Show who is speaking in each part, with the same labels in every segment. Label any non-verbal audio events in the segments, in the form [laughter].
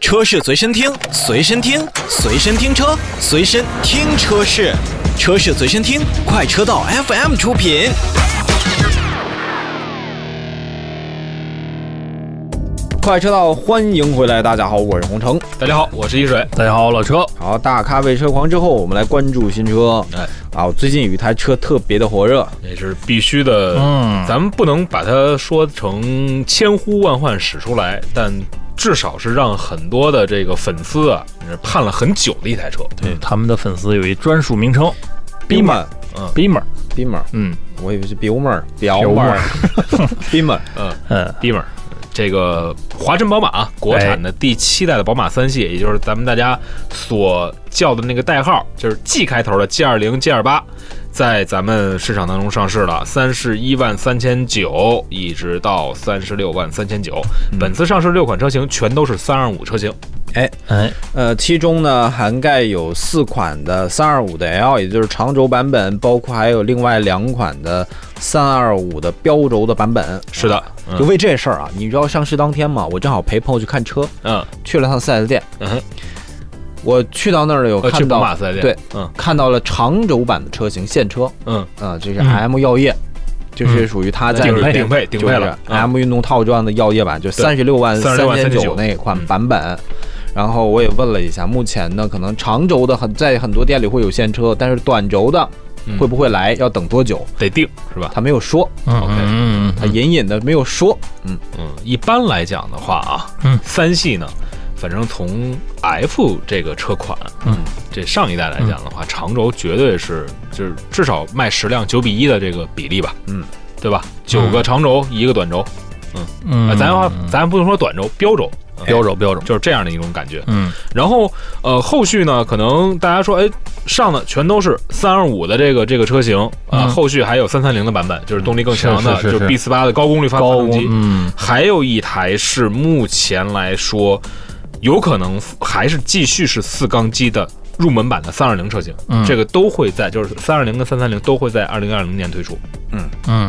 Speaker 1: 车市随身听，随身听，随身听车，随身听车市，车市随身听，快车道 FM 出品。
Speaker 2: 快车道，欢迎回来，大家好，我是洪城。
Speaker 3: 大家好，我是一水。
Speaker 4: 大家好，老车，
Speaker 2: 好，大咖位车狂之后，我们来关注新车。
Speaker 3: 哎，
Speaker 2: 啊，我最近有一台车特别的火热，
Speaker 3: 也是必须的，
Speaker 4: 嗯
Speaker 3: 咱们不能把它说成千呼万唤始出来，但至少是让很多的这个粉丝啊盼了很久的一台车。
Speaker 2: 哎
Speaker 4: 对他们的粉丝有一专属名称
Speaker 2: Bima
Speaker 4: ，Beamer，
Speaker 2: Bima，
Speaker 4: 嗯
Speaker 2: 我以为是 Bima Bima
Speaker 1: [laughs]
Speaker 2: Bima，
Speaker 4: 嗯，
Speaker 3: d i m e r 这个华晨宝马啊，国产的第七代的宝马三
Speaker 2: 哎
Speaker 3: 系，也就是咱们大家所叫的那个代号，就是 G 开头的 G 二零、G 二八，在咱们市场当中上市了，三十一万三千九，一直到三十六万三千九。
Speaker 2: 嗯
Speaker 3: 本次上市六款车型全都是三二五车型，
Speaker 4: 哎，
Speaker 2: 呃，其中呢涵盖有四款的三二五的 L，也就是长轴版本，包括还有另外两款的三二五的标轴的版本。
Speaker 3: 是的，嗯
Speaker 2: 就为这事儿啊，你知道上市当天嘛，我正好陪朋友去看车，
Speaker 3: 嗯，
Speaker 2: 去了趟 4S 店。
Speaker 3: 嗯哼
Speaker 2: 我去到那儿有
Speaker 3: 呃去
Speaker 2: 看
Speaker 3: 宝马
Speaker 2: 到
Speaker 3: 四 S 店，
Speaker 2: 对，
Speaker 3: 嗯
Speaker 2: 看到了长轴版的车型现车，
Speaker 3: 嗯，
Speaker 2: 啊、这是
Speaker 4: 嗯
Speaker 2: M 药业，就是属于它在
Speaker 3: 顶
Speaker 4: 顶配
Speaker 3: 顶配顶
Speaker 2: 就
Speaker 3: 配
Speaker 2: 是
Speaker 3: 了，嗯
Speaker 2: M 运动套装的药业版，就三十六万千
Speaker 3: 36,399
Speaker 2: 那款版本。然后我也问了一下，目前呢，可能长轴的很在很多店里会有现车，但是短轴的
Speaker 3: 嗯
Speaker 2: 会不会来，要等多久？
Speaker 3: 得定是吧？
Speaker 2: 他没有说，
Speaker 4: 嗯
Speaker 3: OK
Speaker 4: 嗯
Speaker 2: 他
Speaker 4: 嗯
Speaker 2: 隐隐的没有说。
Speaker 3: 嗯，一般来讲的话啊，
Speaker 4: 嗯
Speaker 3: 三系呢，反正从 F 这个车款，
Speaker 4: 嗯，
Speaker 3: 这上一代来讲的话，长轴绝对是就是至少卖十辆九比一的这个比例吧，
Speaker 2: 嗯，
Speaker 3: 对吧？九个长轴，一个短轴，
Speaker 4: 嗯
Speaker 3: 啊，咱话
Speaker 4: 嗯
Speaker 3: 咱不能说短轴，标轴，嗯
Speaker 4: 标准标准，
Speaker 3: 就是这样的一种感觉。
Speaker 4: 嗯
Speaker 3: 然后呃，后续呢，可能大家说，哎，上的全都是三二五的这个这个车型啊，
Speaker 4: 嗯
Speaker 3: 后续还有三三零的版本，就是动力更强的，
Speaker 4: 是是是
Speaker 3: 就是 B 四八的高功率发
Speaker 4: 高
Speaker 3: 动机，
Speaker 4: 嗯
Speaker 3: 还有一台是目前来说，有可能还是继续是四缸机的入门版的三二零车型，
Speaker 4: 嗯
Speaker 3: 这个都会在就是三二零跟三三零都会在二零二零年推出。
Speaker 4: 嗯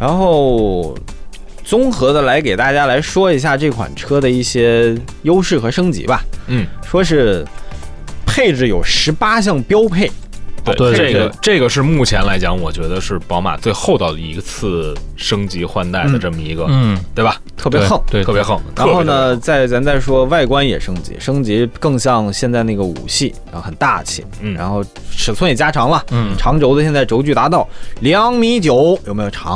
Speaker 2: 然后综合的来给大家来说一下这款车的一些优势和升级吧。
Speaker 3: 嗯，
Speaker 2: 说是配置有十八项标配，
Speaker 3: 对，
Speaker 4: 对
Speaker 3: 这
Speaker 4: 对
Speaker 3: 个这个是目前来讲，我觉得是宝马最厚道的一次升级换代的这么一个，
Speaker 4: 嗯，
Speaker 3: 对吧？
Speaker 2: 特别横。
Speaker 4: 对
Speaker 3: 特别横。
Speaker 2: 然后
Speaker 3: 特别
Speaker 2: 呢，再咱再说外观也升级，升级更像现在那个五系，然后很大气，
Speaker 3: 嗯
Speaker 2: 然后尺寸也加长了，
Speaker 4: 嗯
Speaker 2: 长轴的现在轴距达到两米九，有没有长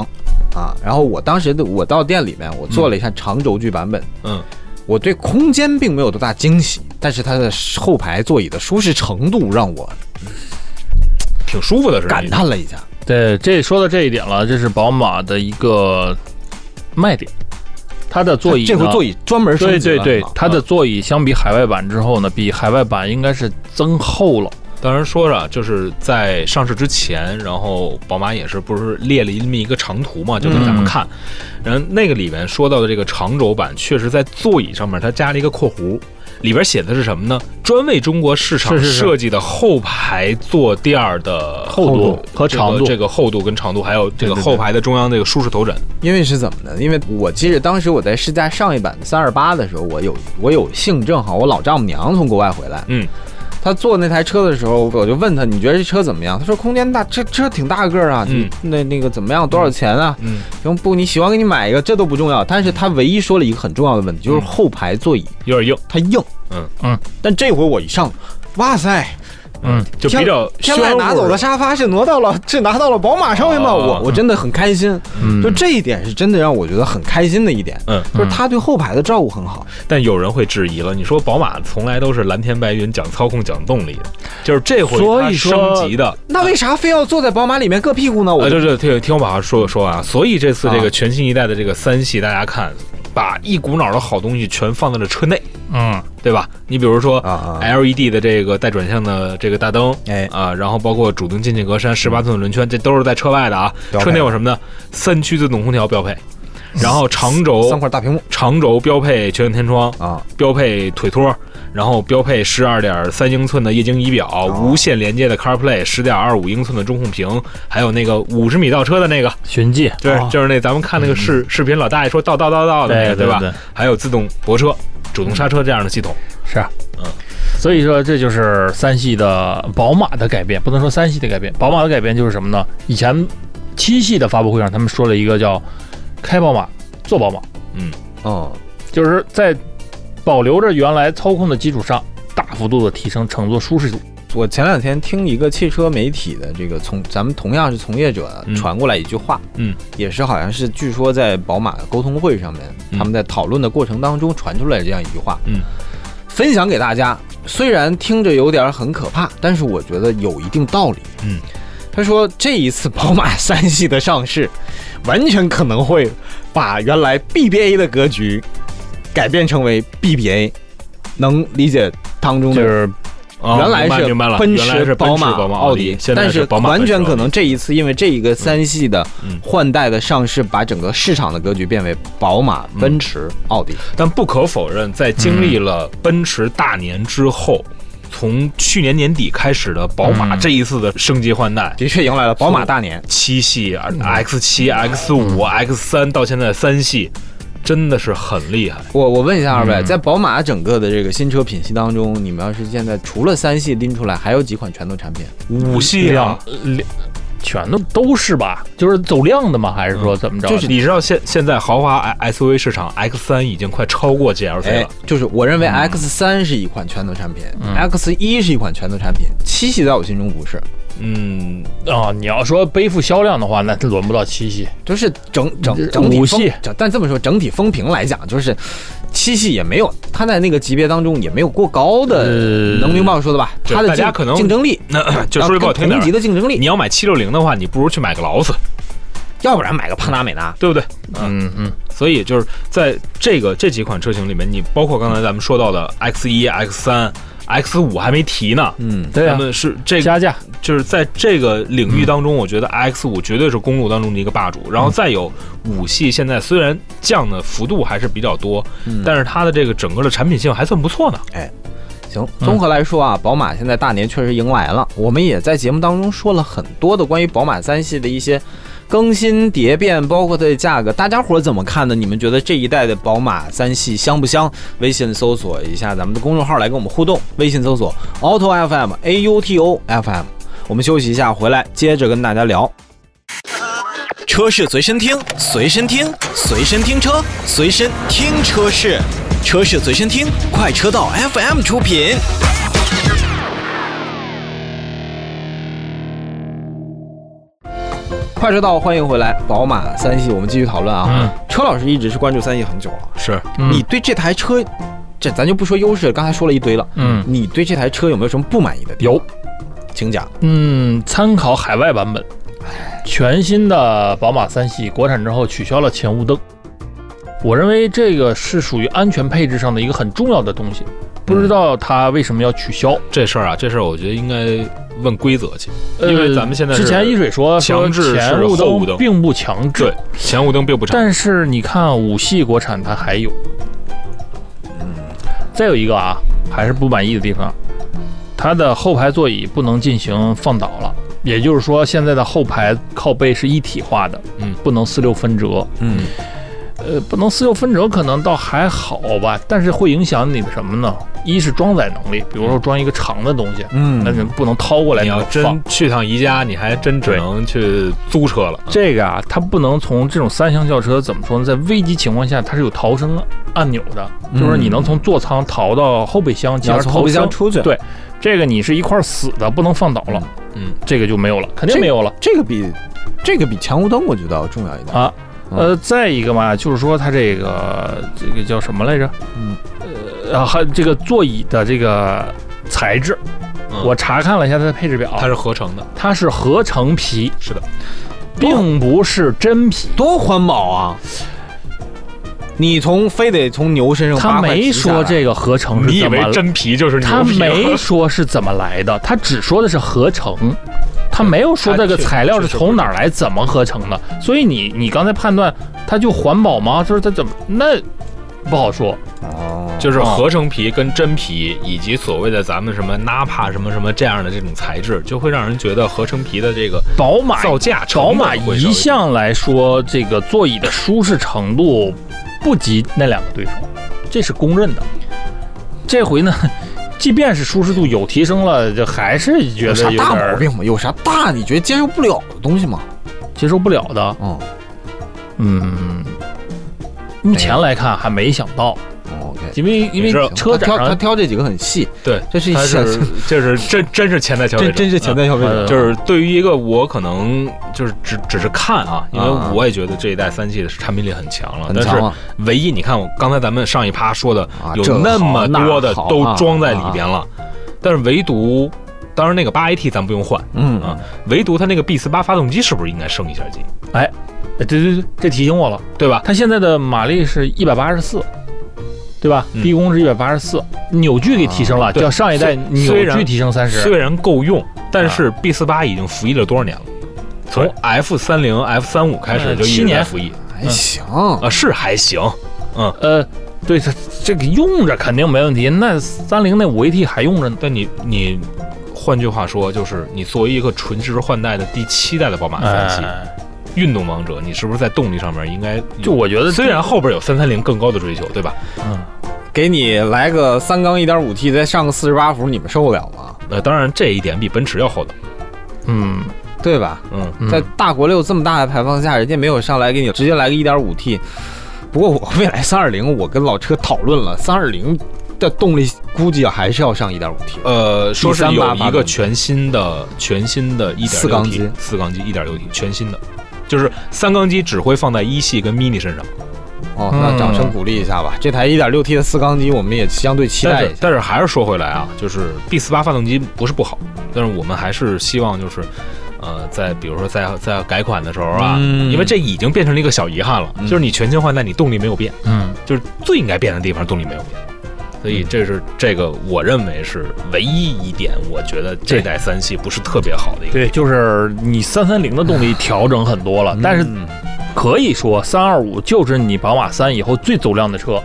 Speaker 2: 啊？然后我当时的我到店里面，我做了一下长轴距版本，
Speaker 3: 嗯，
Speaker 2: 我对空间并没有多大惊喜，但是它的后排座椅的舒适程度让我
Speaker 3: 挺舒服的，是吧
Speaker 2: 感叹了一下，
Speaker 4: 对，这说到这一点了，这是宝马的一个卖点，它的座椅
Speaker 2: 这回
Speaker 4: 呢
Speaker 2: 座椅专门升
Speaker 4: 对
Speaker 2: 级
Speaker 4: 对
Speaker 2: 了
Speaker 4: 对
Speaker 2: 啊，
Speaker 4: 它的座椅相比海外版之后呢，比海外版应该是增厚了。
Speaker 3: 当然说了，就是在上市之前，然后宝马也是不是列了一那么一个长图嘛，就给
Speaker 4: 嗯
Speaker 3: 咱们看。然后那个里面说到的这个长轴版，确实在座椅上面它加了一个括弧，里边写的是什么呢？专为中国市场
Speaker 4: 是是是
Speaker 3: 设计的后排坐垫儿的
Speaker 4: 厚度和长
Speaker 3: 这
Speaker 4: 度
Speaker 3: 个，这个厚度跟长度，还有这个
Speaker 4: 对对对
Speaker 3: 后排的中央这个舒适头枕。
Speaker 2: 因为是怎么呢？因为我记得当时我在试驾上一版的三二八的时候，我有我有幸正好我老丈母娘从国外回来，
Speaker 3: 嗯，
Speaker 2: 她坐那台车的时候，我就问她你觉得这车怎么样？她说空间大，这车挺大个儿啊，
Speaker 3: 嗯
Speaker 2: 你那那个怎么样？多少钱啊？
Speaker 3: 嗯，
Speaker 2: 行不，你喜欢给你买一个，这都不重要。但是她唯一说了一个很重要的问题，就是后排座椅
Speaker 3: 有点硬，
Speaker 2: 它硬，
Speaker 3: 嗯
Speaker 4: 嗯。
Speaker 2: 但这回我一上，哇塞，
Speaker 4: 嗯，
Speaker 3: 就比较
Speaker 2: 天
Speaker 3: 暄
Speaker 2: 籁
Speaker 3: 乎
Speaker 2: 拿走了沙发，是挪到了是拿到了宝马上面吗？
Speaker 3: 哦
Speaker 2: 我我真的很开心。
Speaker 4: 嗯
Speaker 2: 就这一点是真的让我觉得很开心的一点，
Speaker 3: 嗯，
Speaker 2: 就是他对后排的照顾很好。
Speaker 3: 但有人会质疑了，你说宝马从来都是蓝天白云讲操控讲动力的，就是这回
Speaker 4: 所
Speaker 3: 它
Speaker 4: 以
Speaker 3: 升
Speaker 4: 说
Speaker 3: 级的，
Speaker 2: 那为啥非要坐在宝马里面硌屁股呢？我
Speaker 3: 啊，
Speaker 2: 就
Speaker 3: 对对，听听我把话说说完啊。所以这次这个全新一代的这个三系，大家看，把一股脑的好东西全放在了车内，
Speaker 4: 嗯
Speaker 3: 对吧？你比如说
Speaker 2: 啊啊
Speaker 3: LED 的这个带转向的这个大灯，
Speaker 2: 哎
Speaker 3: 啊，然后包括主动进气格栅、十八寸的轮圈，这都是在车外的啊。
Speaker 2: 标配
Speaker 3: 车内有什么呢？三驱自动空调标配，然后长轴
Speaker 2: 三块大屏幕
Speaker 3: 长轴标配全景天窗，
Speaker 2: 啊，
Speaker 3: 标配腿托，然后标配十二点三英寸的液晶仪表，无线连接的 CarPlay，十点二五英寸的中控屏，还有那个五十米倒车的那个，哦嗯
Speaker 4: 寻迹，
Speaker 3: 对，就是那咱们看那个视视频，老大爷说到到到到的那个，
Speaker 4: 对
Speaker 3: 吧？
Speaker 4: 对，
Speaker 3: 还有自动泊车。主动刹车这样的系统。
Speaker 4: 是，啊
Speaker 3: 嗯，
Speaker 4: 所以说这就是三系的宝马的改变，不能说三系的改变，宝马的改变就是什么呢？以前七系的发布会上，他们说了一个叫“开宝马，做宝马
Speaker 2: 嗯，”，
Speaker 4: 就是在保留着原来操控的基础上，大幅度的提升乘坐舒适度。
Speaker 2: 我前两天听一个汽车媒体的这个从咱们同样是从业者啊
Speaker 3: 嗯
Speaker 2: 传过来一句话，
Speaker 3: 嗯，
Speaker 2: 也是好像是据说在宝马沟通会上面，
Speaker 3: 嗯
Speaker 2: 他们在讨论的过程当中传出来这样一句话，
Speaker 3: 嗯，
Speaker 2: 分享给大家。虽然听着有点儿很可怕，但是我觉得有一定道理。
Speaker 3: 嗯，
Speaker 2: 他说这一次宝马三系的上市，完全可能会把原来 BBA 的格局改变成为 BBA，能理解当中的
Speaker 4: 就是
Speaker 3: 哦
Speaker 2: 嗯原来
Speaker 3: 明白明白了，
Speaker 2: 奔
Speaker 3: 原来
Speaker 2: 驰、
Speaker 3: 是奔驰、
Speaker 2: 马、
Speaker 3: 宝马、
Speaker 2: 奥
Speaker 3: 迪，现在
Speaker 2: 但
Speaker 3: 是宝马，
Speaker 2: 完全可
Speaker 3: 奔驰奥
Speaker 2: 能这一次因为这一个三系的
Speaker 3: 嗯
Speaker 2: 换代的上市，把整个市场的格局变为宝马、奔驰、奥迪。
Speaker 3: 迪。但不可否认，在经历了奔驰大年之后，从去年年底开始的宝马
Speaker 4: 嗯
Speaker 3: 这一次的升级换代，
Speaker 2: 的确迎来了宝马大年，
Speaker 3: 七系、X 七、X 五、X 三到现在三系，真的是很厉害。
Speaker 2: 我我问一下二位，
Speaker 4: 嗯
Speaker 2: 在宝马整个的这个新车品系当中，你们要是现在除了三系拎出来，还有几款拳头产品？
Speaker 3: 五系啊，
Speaker 4: 两呃全都都是吧，就是走量的吗？还是说怎么着？
Speaker 2: 就是
Speaker 3: 你知道现现在豪华 SUV 市场 X 三已经快超过 GLC
Speaker 2: 哎
Speaker 3: 了，，
Speaker 2: 就是我认为 X 三是一款拳头产品、x 一是一款拳头产品，七系在我心中不是，
Speaker 3: 嗯，
Speaker 4: 啊、你要说背负销量的话，那轮不到七系。
Speaker 2: 就是整整整体
Speaker 4: 五
Speaker 2: 风
Speaker 4: 系，
Speaker 2: 整但这么说整体风评来讲，就是七系也没有它在那个级别当中也没有过高的，
Speaker 4: 呃
Speaker 2: 能明白我说的吧？
Speaker 3: 就
Speaker 2: 它的
Speaker 3: 大家
Speaker 2: 竞
Speaker 3: 可能
Speaker 2: 竞争力，
Speaker 3: [clears throat] 那就说句不好听
Speaker 2: 跟
Speaker 3: 点
Speaker 2: 同级
Speaker 3: 儿，
Speaker 2: 的竞争
Speaker 3: 你
Speaker 2: 力，
Speaker 3: 要买七六零的话，你不如去买个劳斯，
Speaker 2: 要不然买个帕拉梅拉，
Speaker 3: 对不对？
Speaker 4: 嗯嗯，
Speaker 3: 所以就是在这个这几款车型里面，你包括刚才咱们说到的 X 一、X 三、X 五还没提呢。
Speaker 2: 嗯，
Speaker 4: 对
Speaker 3: 他
Speaker 4: 啊，
Speaker 3: 们是这个，
Speaker 4: 加价。
Speaker 3: 就是在这个领
Speaker 4: 嗯
Speaker 3: 域当中，我觉得 X 五绝对是公路当中的一个霸主。然后再有五系，现在虽然降的幅度还是比较多，
Speaker 4: 嗯
Speaker 3: 但是它的这个整个的产品性还算不错呢。
Speaker 2: 哎行，综合来说啊，宝马现在大年确实迎来了。我们也在节目当中说了很多的关于宝马三系的一些更新迭变，包括它的价格，大家伙儿怎么看呢？你们觉得这一代的宝马三系香不香？微信搜索一下咱们的公众号来跟我们互动，微信搜索 auto FM A U T O F M。我们休息一下，回来接着跟大家聊。
Speaker 1: 车是随身听，随身听，随身听车，随身听车是，车是随身听，快车道 FM 出品。
Speaker 2: 快车道，欢迎回来，宝马三系，我们继续讨论啊。
Speaker 4: 嗯
Speaker 2: 车老师一直是关注三系很久了，
Speaker 3: 是，
Speaker 4: 嗯
Speaker 2: 你对这台车，这咱就不说优势，刚才说了一堆了。
Speaker 4: 嗯
Speaker 2: 你对这台车有没有什么不满意的地方？
Speaker 4: 有，
Speaker 2: 请讲。
Speaker 4: 嗯，参考海外版本，全新的宝马三系国产之后取消了前雾灯，我认为这个是属于安全配置上的一个很重要的东西，不知道它为什么要取消。
Speaker 3: 这事儿啊，这事儿我觉得应该问规则去，
Speaker 4: 呃
Speaker 3: 嗯因为咱们现在是
Speaker 4: 之前一水说
Speaker 3: 强制
Speaker 4: 说前雾
Speaker 3: 是后雾灯
Speaker 4: 并不强制
Speaker 3: 对，前雾灯并不长。
Speaker 4: 但是你看五系国产它还有，再有一个啊，还是不满意的地方，它的后排座椅不能进行放倒了，也就是说现在的后排靠背是一体化的，
Speaker 3: 嗯
Speaker 4: 不能四六分折，
Speaker 2: 嗯，
Speaker 4: 呃，不能四六分折可能倒还好吧，但是会影响你的什么呢？一是装载能力，比如说装一个长的东西，
Speaker 2: 嗯
Speaker 4: 那你不能掏过来
Speaker 3: 你
Speaker 4: 那
Speaker 3: 要
Speaker 4: 么放
Speaker 3: 真。去趟宜家，你还真只
Speaker 4: 对
Speaker 3: 能去租车了。
Speaker 4: 这个啊，它不能从这种三厢轿车怎么说呢？在危急情况下，它是有逃生按钮的，就是你能从座舱逃到后备
Speaker 2: 嗯
Speaker 4: 箱，
Speaker 2: 你
Speaker 4: 进
Speaker 2: 要
Speaker 4: 而
Speaker 2: 从后
Speaker 4: 逃
Speaker 2: 备
Speaker 4: 生
Speaker 2: 箱。出去，
Speaker 4: 对这个你是一块儿死的，不能放倒了，
Speaker 3: 嗯，
Speaker 4: 这个就没有了，肯定
Speaker 2: 这
Speaker 4: 没有了
Speaker 2: 这个比这个比前雾灯我觉得要重要一点。
Speaker 4: 啊。
Speaker 2: 嗯
Speaker 4: 呃，再一个嘛，就是说它这个这个叫什么来着？
Speaker 2: 嗯，
Speaker 4: 呃，还这个座椅的这个材质，
Speaker 3: 嗯
Speaker 4: 我查看了一下它的配置表，
Speaker 3: 它是合成的，
Speaker 4: 它是合成皮，
Speaker 3: 是的，
Speaker 4: 并不是真皮。
Speaker 2: 多环保啊！你从非得从牛身上
Speaker 4: 他
Speaker 2: 扒块皮
Speaker 4: 没
Speaker 2: 下来
Speaker 4: 说，这个合成
Speaker 3: 你
Speaker 4: 是
Speaker 3: 以
Speaker 4: 怎么
Speaker 3: 为真皮就是
Speaker 4: 他
Speaker 3: 牛皮吗？
Speaker 4: 没说是怎么来的，他只说的是合成，他没有说这个材料是从哪儿来、怎么合成的。所以你你刚才判断它就环保吗？就是它怎么那不好说。
Speaker 2: 哦，
Speaker 3: 就是合成皮跟真皮，以及所谓的咱们什么 Napa 什么什么这样的这种材质，就会让人觉得合成皮的这个
Speaker 4: 宝
Speaker 2: 哎
Speaker 4: 马
Speaker 3: 造价成
Speaker 4: 宝
Speaker 3: 本
Speaker 4: 马
Speaker 3: 会
Speaker 4: 一
Speaker 3: 稍微
Speaker 4: 向来说这个座椅的舒适程度不及那两个对手，这是公认的。这回呢， [laughs] 即便是舒适度有提升了，就还是觉
Speaker 2: 有
Speaker 4: 得
Speaker 2: 啥
Speaker 4: 有点
Speaker 2: 大
Speaker 4: 儿
Speaker 2: 毛病吗？有啥大你觉得接受不了的东西吗？
Speaker 4: 接受不了的。
Speaker 2: 嗯
Speaker 4: 嗯，目前来看还没想到，
Speaker 2: 哦，OK。
Speaker 4: 因为因
Speaker 3: 没
Speaker 4: 为
Speaker 3: 事儿
Speaker 4: 车展
Speaker 2: 他挑他
Speaker 4: 上
Speaker 2: 挑这几个很细，
Speaker 3: 对，
Speaker 2: 这是一
Speaker 3: 他
Speaker 2: 小 [laughs]
Speaker 3: 是就是真真是潜在消费
Speaker 2: 真
Speaker 3: 者，
Speaker 2: 真是潜在消费者，
Speaker 4: 嗯
Speaker 3: 啊就是对于一个我可能就是只只是看啊，因为
Speaker 2: 啊
Speaker 3: 我也觉得这一代三系的产品力很强了，
Speaker 2: 很
Speaker 3: 但
Speaker 2: 强
Speaker 3: 是
Speaker 2: 啊
Speaker 3: 唯一你看我刚才咱们上一趴说的
Speaker 2: 啊
Speaker 3: 有
Speaker 2: 这个
Speaker 3: 那
Speaker 2: 好
Speaker 3: 么
Speaker 2: 那
Speaker 3: 多的
Speaker 2: 好
Speaker 3: 都
Speaker 2: 啊
Speaker 3: 装在里边了，但是唯独当然那个八 AT 咱不用换，
Speaker 2: 嗯
Speaker 3: 啊唯独它那个 B 四八发动机是不是应该升一下级，
Speaker 4: 哎对对对，这提醒我了，
Speaker 3: 对吧？
Speaker 4: 它现在的马力是一百八十四。对吧？
Speaker 3: 嗯啊
Speaker 4: 低功是一百八十四，扭矩给提升了，
Speaker 3: 对
Speaker 4: 较上一代
Speaker 3: 虽虽
Speaker 4: 扭
Speaker 3: 然
Speaker 4: 矩提升三十
Speaker 3: 虽。然够用，但是 B 四八已经服役了多少年了？从 F 三零、F 三五开始
Speaker 4: 呃
Speaker 3: 就一
Speaker 4: 七
Speaker 3: 直在
Speaker 4: 年
Speaker 3: 服役啊、
Speaker 2: 还行，
Speaker 3: 是还行，
Speaker 4: 呃，对，它这个用着肯定没问题。那三菱那五 AT 还用着呢。
Speaker 3: 但你你换句话说，就是你作为一个纯值换代的第七代的宝马啊三系、
Speaker 4: 哎，
Speaker 3: 运动王者，你是不是在动力上面应该
Speaker 4: 就我觉得
Speaker 3: 虽然后边有三三零更高的追求，对吧？
Speaker 4: 嗯，
Speaker 2: 给你来个三缸一点五 T，再上个四十八伏，你们受不了吗？
Speaker 3: 呃，当然这一点比奔驰要厚道。
Speaker 4: 嗯，
Speaker 2: 对吧？
Speaker 3: 嗯，
Speaker 4: 嗯
Speaker 2: 在大国六这么大的排放下，人家没有上来给你直接来个一点五 T。不过我未来三二零，我跟老车讨论了，三二零的动力估计还是要上一点五 T。
Speaker 3: 呃，说是有
Speaker 2: 第三
Speaker 3: 一
Speaker 2: 八发
Speaker 3: 个
Speaker 2: 动
Speaker 3: 全新的全新的一点
Speaker 2: 四缸机
Speaker 3: 四缸机一点六 T 全新的，就是三缸机只会放在一系跟 mini 身上。
Speaker 2: 哦，那
Speaker 4: 嗯
Speaker 2: 掌声鼓励一下吧。这台一点六 T 的四缸机，我们也相对期
Speaker 3: 但
Speaker 2: 待
Speaker 3: 是
Speaker 2: 一下。
Speaker 3: 但是还是说回来啊，就是 B 四八发动机不是不好，但是我们还是希望就是，呃，在比如说在在改款的时候啊，
Speaker 2: 嗯
Speaker 3: 因为这已经变成了一个小遗憾了，
Speaker 2: 嗯
Speaker 3: 就是你全新换代你动力没有变，
Speaker 4: 嗯，
Speaker 3: 就是最应该变的地方动力没有变。所
Speaker 2: 嗯
Speaker 3: 以这是这个，我认为是唯一一点，我觉得这代三系不是特别好的一个。
Speaker 4: 对，就是你三三零的动力调整很多了，但是
Speaker 2: 嗯
Speaker 4: 可以说三二五就是你宝马三以后最走量的车，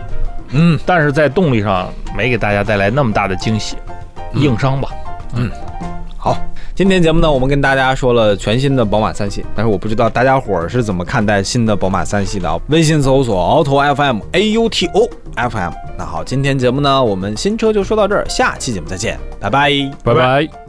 Speaker 2: 嗯，
Speaker 4: 但是在动力上没给大家带来那么大的惊喜，硬伤吧。
Speaker 2: 好，今天节目呢，我们跟大家说了全新的宝马三系，但是我不知道大家伙儿是怎么看待新的宝马三系的啊。微信搜索“鳌头 FM A U T O FM”。那好，今天节目呢，我们新车就说到这儿，下期节目再见，拜拜。
Speaker 4: 拜拜。